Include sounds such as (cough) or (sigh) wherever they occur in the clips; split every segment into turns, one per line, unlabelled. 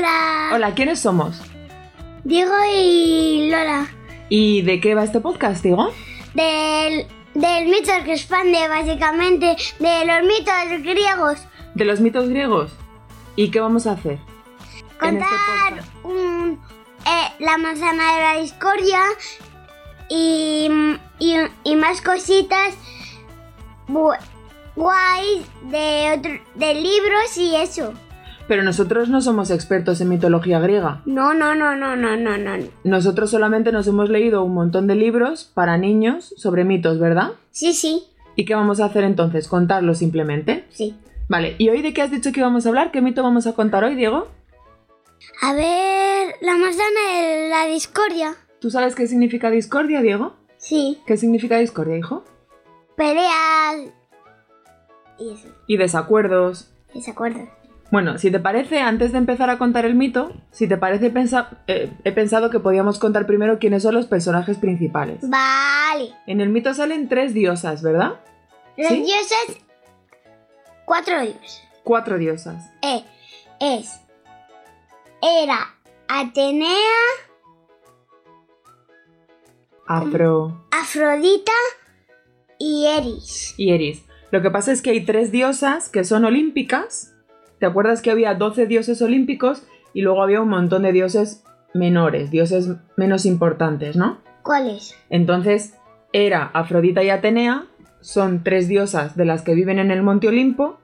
Hola, ¿quiénes somos?
Diego y Lola.
¿Y de qué va este podcast, Diego?
Del, del mitos que expande básicamente de los mitos griegos.
De los mitos griegos. ¿Y qué vamos a hacer? en este
Contar
podcast?
un- eh, la manzana de la discordia y, y, y más cositas bu- guays de, otro- de libros y eso.
Pero nosotros no somos expertos en mitología griega.
No, no, no, no, no, no, no. no.
Nosotros solamente nos hemos leído un montón de libros para niños sobre mitos, ¿verdad?
Sí, sí,
¿Y qué vamos a hacer entonces? ¿Contarlo simplemente?
sí.
Vale, ¿y hoy de qué has dicho que íbamos a hablar? ¿Qué mito vamos a contar hoy, Diego?
A ver, la manzana de la discordia.
¿Tú sabes qué significa discordia, Diego?
Sí.
¿Qué significa discordia, hijo?
Peleas. Y eso,
Y desacuerdos.
¿se acuerdan?
Bueno, si te parece, antes de empezar a contar el mito, si te parece, pensa- eh, he pensado que podíamos contar primero quiénes son los personajes principales.
Vale.
En el mito salen tres diosas, ¿verdad?
Los
¿Sí?
dioses. Cuatro dioses.
Cuatro diosas.
Eh, es. Era Atenea,
Afro
Afrodita y Eris.
y Eris. Lo que pasa es que hay tres diosas que son olímpicas. ¿Te acuerdas que había 12 dioses olímpicos y luego había un montón de dioses menores, dioses menos importantes, ¿no?
¿Cuáles?
Entonces, Hera, Afrodita y Atenea son tres diosas de las que viven en el Monte Olimpo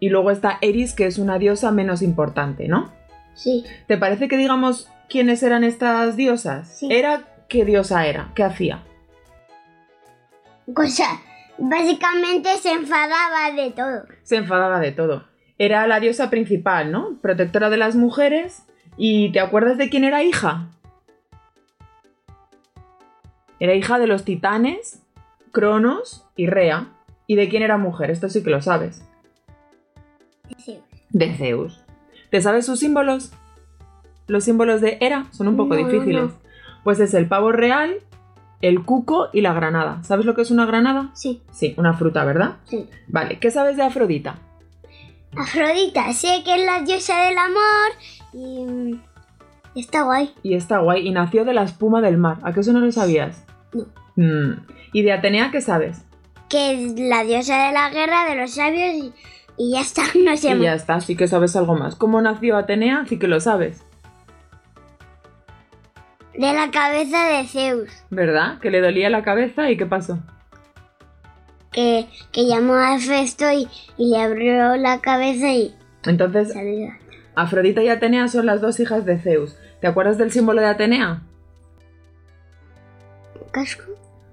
y luego está Eris, que es una diosa menos importante, ¿no?
Sí.
¿Te parece que digamos quiénes eran estas diosas?
Sí.
Hera, ¿qué diosa era? ¿Qué hacía?
O sea, básicamente se enfadaba de todo.
Se enfadaba de todo. Era la diosa principal, ¿no? Protectora de las mujeres. ¿Y te acuerdas de quién era hija? Era hija de los titanes, Cronos y Rea. ¿Y de quién era mujer? Esto sí que lo sabes.
Sí.
De Zeus. ¿Te sabes sus símbolos? Los símbolos de Hera son un poco
No, no,
difíciles.
no.
Pues es el pavo real, el cuco y la granada. ¿Sabes lo que es una granada?
Sí.
Sí, una fruta, ¿verdad?
Sí.
Vale, ¿qué sabes de Afrodita?
Afrodita, sé que es la diosa del amor y, mm, y está guay.
Y está guay. Y nació de la espuma del mar. ¿A qué eso no lo sabías?
No.
Mm. ¿Y de Atenea qué sabes?
Que es la diosa de la guerra, de los sabios y, y ya está, (laughs) no sé
y ya
más.
está, sí que sabes algo más. ¿Cómo nació Atenea? Sí que lo sabes.
De la cabeza de Zeus,
¿Verdad? Que le dolía la cabeza y qué pasó.
que, que llamó a Festo y, y le abrió la cabeza y
Entonces,
salió.
Afrodita y Atenea son las dos hijas de Zeus. ¿Te acuerdas del símbolo de Atenea?
¿Casco?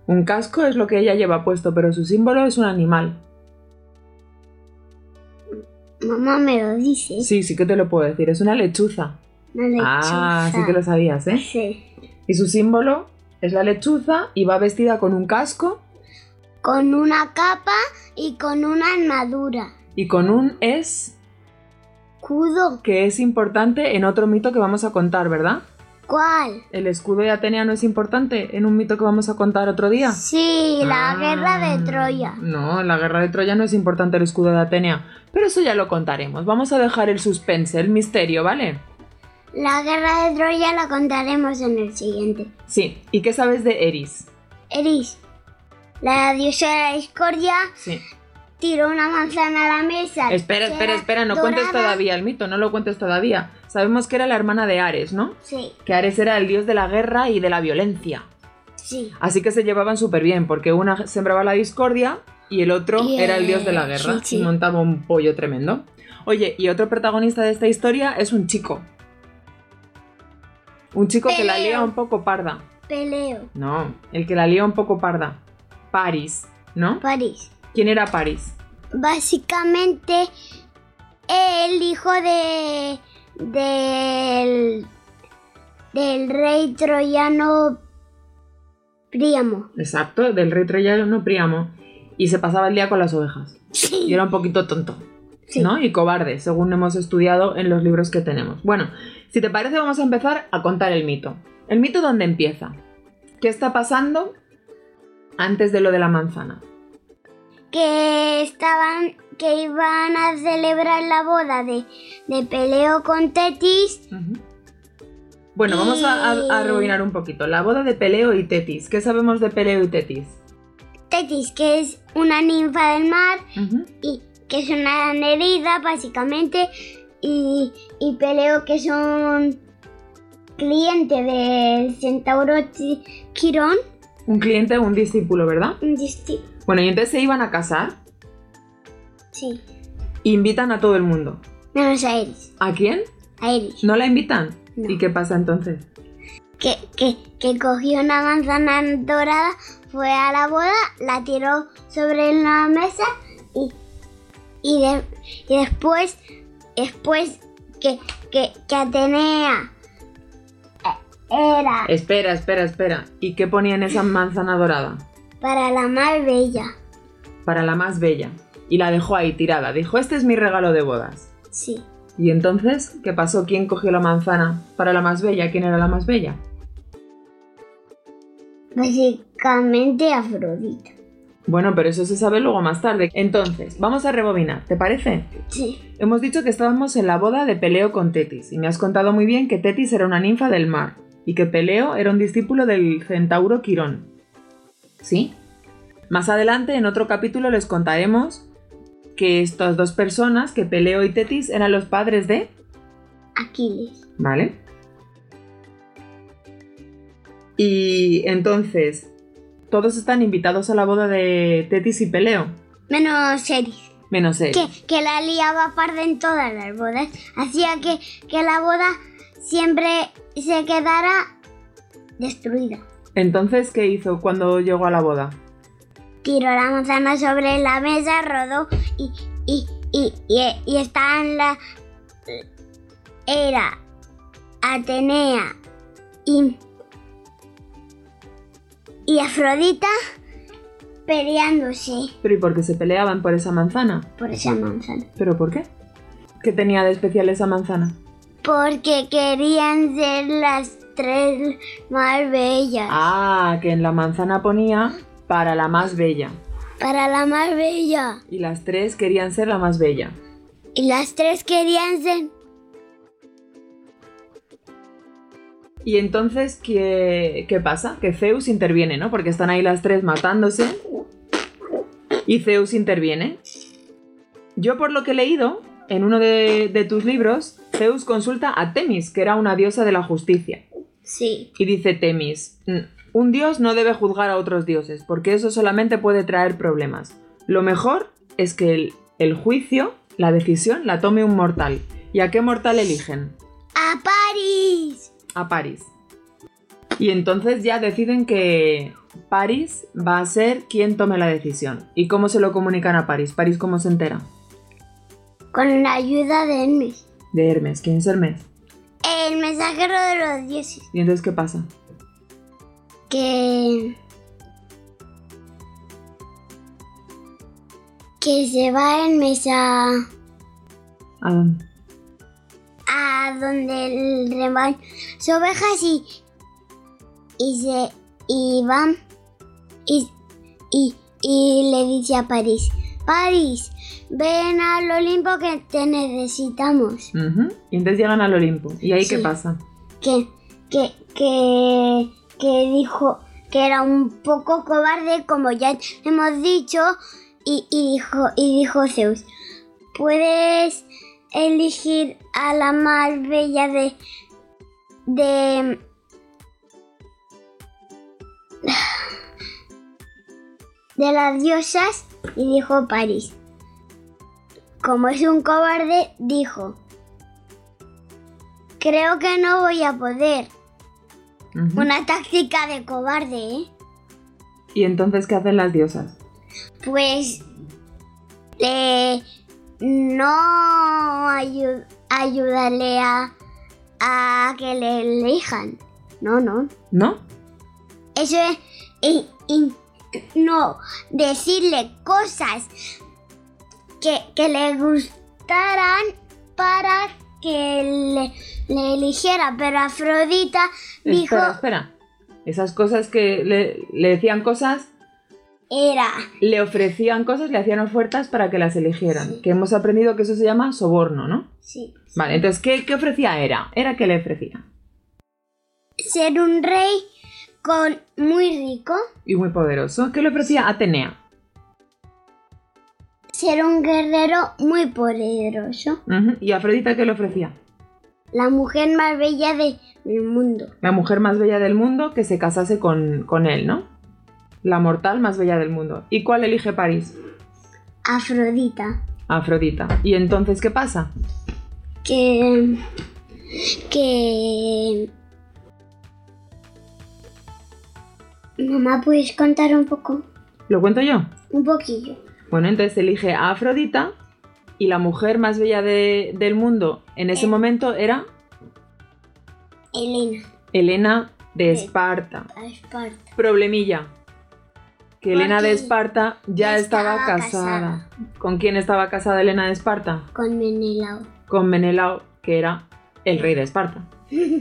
Un casco es lo que ella lleva puesto, pero su símbolo es un animal.
Mamá me lo dice.
Sí, sí que te lo puedo decir. Es una lechuza.
No le
Ah,
chuza.
sí que lo sabías, ¿eh?
Sí.
Y su símbolo es la lechuza y va vestida con un casco
Con una capa y con una armadura.
y con un es
¿Cudo?
que es importante en otro mito que vamos a contar, ¿verdad?
¿Cuál?
¿El escudo de Atenea no es importante en un mito que vamos a contar otro día?
Sí, la
Ah,
guerra de Troya.
No, en la guerra de Troya no es importante el escudo de Atenea. Pero eso ya lo contaremos. Vamos a dejar el suspense, el misterio, ¿vale?
La guerra de Troya la contaremos en el siguiente.
Sí. ¿Y qué sabes de Eris?
Eris, la diosa de la discordia,
Sí.
tiró una manzana a la mesa.
Espera,
que
espera,
era
espera, no
dorada.
cuentes todavía el mito, no lo cuentes todavía. Sabemos que era la hermana de Ares, ¿no?
Sí,
Que Ares era el dios de la guerra y de la violencia.
sí.
Así que se llevaban súper bien, porque una sembraba la discordia y el otro
Y,
era el dios de la
eh,
guerra
sí, sí.
y montaba un pollo tremendo. Oye, y otro protagonista de esta historia es un chico. Un chico que la
Peleo.
lía un poco parda.
Peleo.
No, el que la lía un poco parda. París, ¿no?
París.
¿Quién era París?
Básicamente, el hijo de. del. del rey troyano. Príamo.
Exacto, del rey troyano Príamo. Y se pasaba el día con las ovejas. Y era un poquito tonto.
Sí.
¿no? Y cobarde, según hemos estudiado en los libros que tenemos. Bueno, si te parece, vamos a empezar a contar el mito. ¿El mito dónde empieza? ¿Qué está pasando antes de lo de la manzana?
que estaban que iban a celebrar la boda de, de Peleo con Tetis
Bueno, vamos a, a, a rebobinar un poquito. La boda de Peleo y Tetis. ¿Qué sabemos de Peleo y Tetis?
Tetis, que es una ninfa del mar
Ujú.
y que es una herida básicamente y, y Peleo que es un cliente del centauro Chi- Quirón
Un cliente, un discípulo, ¿verdad?
un disti-
Bueno, y entonces se iban a casar. e
sí
Invitan a todo el mundo.
menos a Eris
¿A quién?
a Eris
¿No la invitan?
No.
¿Y qué pasa entonces?
que, que, que cogió una manzana dorada fue a la boda la tiró sobre la mesa y y, de- y después después que, que, que Atenea eh, era
Espera, espera, espera. ¿Y qué ponía en esa manzana dorada?
para la más bella
Para la más bella. Y la dejó ahí tirada. Dijo, este es mi regalo de bodas.
Sí,
¿Y entonces qué pasó? ¿Quién cogió la manzana para la más bella? ¿Quién era la más bella?
básicamente Afrodita.
Bueno, pero eso se sabe luego más tarde. Entonces, vamos a rebobinar, ¿te parece?
Sí,
Hemos dicho que estábamos en la boda de Peleo con Tetis y me has contado muy bien que Tetis era una ninfa del mar y que Peleo era un discípulo del centauro Quirón. ¿Sí? Más adelante, en otro capítulo, les contaremos que estas dos personas, que Peleo y Tetis, eran los padres de...
Aquiles.
¿Vale? Y entonces, todos están invitados a la boda de Tetis y Peleo,
Menos Eris,
menos él.
que, que la liaba parda en todas las bodas. Hacía que, que la boda siempre se quedara destruida.
Entonces, ¿qué hizo cuando llegó a la boda?
Tiró la manzana sobre la mesa, rodó y, y, y, y, y estaban la... Era Atenea y, y Afrodita peleándose
Pero ¿y por qué se peleaban por esa manzana?
por esa manzana.
¿Pero por qué? ¿Qué tenía de especial esa manzana?
Porque querían ser las tres más bellas.
Ah, que en la manzana ponía para la más bella.
Para la más bella.
Y las tres querían ser la más bella.
Y las tres querían ser...
Y entonces, ¿qué, qué pasa? Que Zeus interviene, ¿no? Porque están ahí las tres matándose. Y Zeus interviene. Yo, por lo que he leído, en uno de, de tus libros, Zeus consulta a Temis, que era una diosa de la justicia.
Sí.
Y dice Temis, "Mm, un dios no debe juzgar a otros dioses, porque eso solamente puede traer problemas. Lo mejor es que el, el juicio, la decisión, la tome un mortal. ¿Y a qué mortal eligen?
A París.
A París. Y entonces ya deciden que París va a ser quien tome la decisión. ¿Y cómo se lo comunican a París? ¿París cómo se entera?
Con la ayuda de Hermes.
De Hermes. ¿Quién es Hermes?
El mensajero de los dioses.
¿Y entonces qué pasa?
Que... Que se va Hermes a...
¿A dónde?
a donde el rebaño se ovejas y y se y van y, y, y le dice a París París ven al Olimpo que te necesitamos
Ujú. Y entonces llegan al Olimpo. ¿Y ahí qué
Sí.
pasa?
que que que que dijo que era un poco cobarde como ya hemos dicho y, y dijo y dijo Zeus puedes elegir a la más bella de de de las diosas y dijo París como es un cobarde dijo creo que no voy a poder
Ujú.
una táctica de cobarde, ¿eh?
¿Y entonces qué hacen las diosas?
Pues le no ayu- ayudarle a, a que le elijan. No, no.
¿No?
Eso es in- in- no decirle cosas que, que le gustaran para que le, le eligiera. Pero Afrodita dijo
Espera, espera. Esas cosas que le, le decían cosas,
era
le ofrecían cosas, le hacían ofertas para que las eligieran.
Sí.
Que hemos aprendido que eso se llama soborno, ¿no?
sí.
Vale, entonces, ¿qué, qué ofrecía Era? Era que le ofrecía.
ser un rey con muy rico,
Y muy poderoso. ¿Qué le ofrecía Atenea?
ser un guerrero muy poderoso,
Ujú. ¿Y Afrodita qué le ofrecía?
la mujer más bella de- del mundo.
La mujer más bella del mundo que se casase con, con él, ¿no? La mortal más bella del mundo. ¿Y cuál elige París?
Afrodita,
Afrodita. ¿Y entonces qué pasa?
que que Mamá, ¿puedes contar un poco?
¿Lo cuento yo?
Un poquillo.
Bueno, entonces elige a Afrodita y la mujer más bella de- del mundo en ese
Eh.
momento era
Elena,
Helena de
Eh.
Esparta.
a Esparta.
Problemilla. Que Helena de
Porque
Esparta ya
ya
estaba,
estaba
casada. ¿Con quién estaba casada Helena de Esparta?
Con Menelao.
Con Menelao, que era el rey de
(laughs)
Esparta,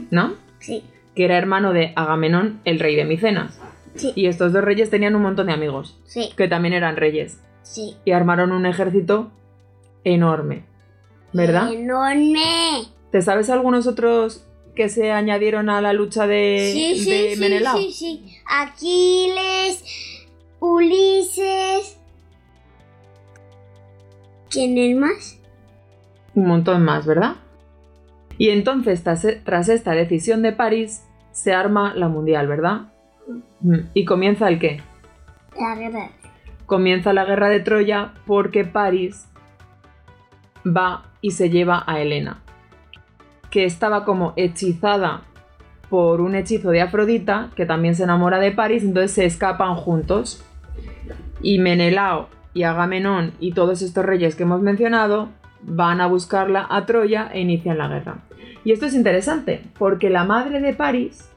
¿no?
Sí.
Que era hermano de Agamenón, el rey de Micenas.
Sí.
Y estos dos reyes tenían un montón de amigos,
Sí,
que también eran reyes.
sí.
Y armaron un ejército enorme, ¿verdad?
Enorme.
¿Te sabes algunos otros que se añadieron a la lucha de,
sí, sí,
de
sí,
Menelao?
sí, sí. Aquiles, Ulises. ¿Quién es más?
Un montón más, ¿verdad? Y entonces, tras, e, tras esta decisión de París, se arma la mundial, ¿verdad? Mm, ¿Y comienza el qué?
La verdad.
Comienza la guerra de Troya porque París va y se lleva a Helena, que estaba como hechizada por un hechizo de Afrodita, que también se enamora de París, entonces se escapan juntos. Y Menelao y Agamenón y todos estos reyes que hemos mencionado van a buscarla a Troya e inician la guerra. Y esto es interesante, porque la madre de París,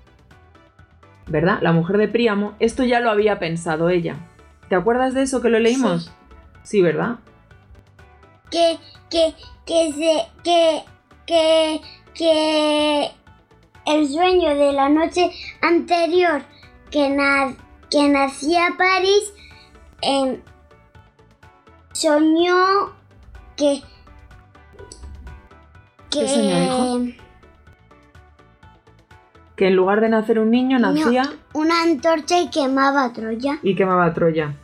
¿verdad? La mujer de Príamo, esto ya lo había pensado ella. ¿Te acuerdas de eso que lo leímos?
Sí.
sí ¿verdad?
Que, que, que se, que, que, que el sueño de la noche anterior que, na- que nacía París em, soñó que que
¿Qué soñó, hijo? que en lugar de nacer un niño
No.
nacía
una antorcha y quemaba a Troya.
y quemaba a Troya.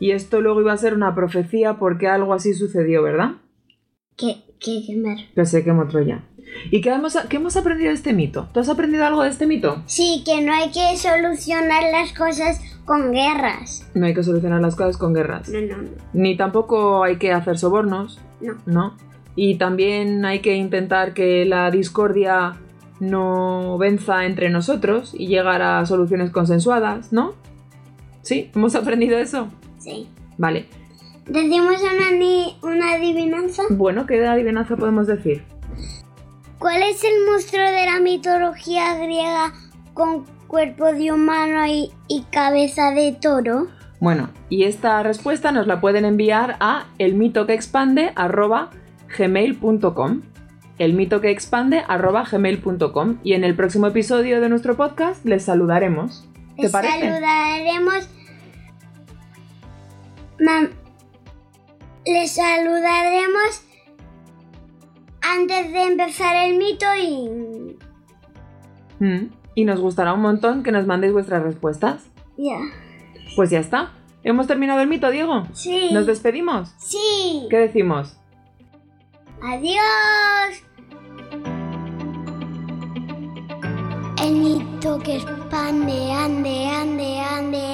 Y esto luego iba a ser una profecía porque algo así sucedió, ¿verdad?
Que, que quemar.
Que se quemó Troya. ¿Y qué hemos, qué hemos aprendido de este mito? ¿Tú has aprendido algo de este mito?
Sí, que no hay que solucionar las cosas con guerras.
No hay que solucionar las cosas con guerras.
No, no, no.
Ni tampoco hay que hacer sobornos,
no.
¿no? Y también hay que intentar que la discordia no venza entre nosotros y llegar a soluciones consensuadas, ¿no? ¿Sí? ¿Hemos aprendido eso?
Sí.
Vale.
Decimos una, ni- una adivinanza.
Bueno, ¿qué adivinanza podemos decir?
¿Cuál es el monstruo de la mitología griega con cuerpo de humano y, y cabeza de toro?
Bueno, y esta respuesta nos la pueden enviar a elmitoqueexpande@gmail.com. Elmitoqueexpande@gmail.com y en el próximo episodio de nuestro podcast les saludaremos. ¿Te
Les
parece?
saludaremos. Mam- les saludaremos antes de empezar el mito y.
Mm, Y nos gustará un montón que nos mandéis vuestras respuestas.
Ya.
Pues ya está. Hemos terminado el mito, Diego.
Sí.
Nos despedimos.
Sí.
¿Qué decimos?
Adiós. El mito que expande, ande, ande, ande,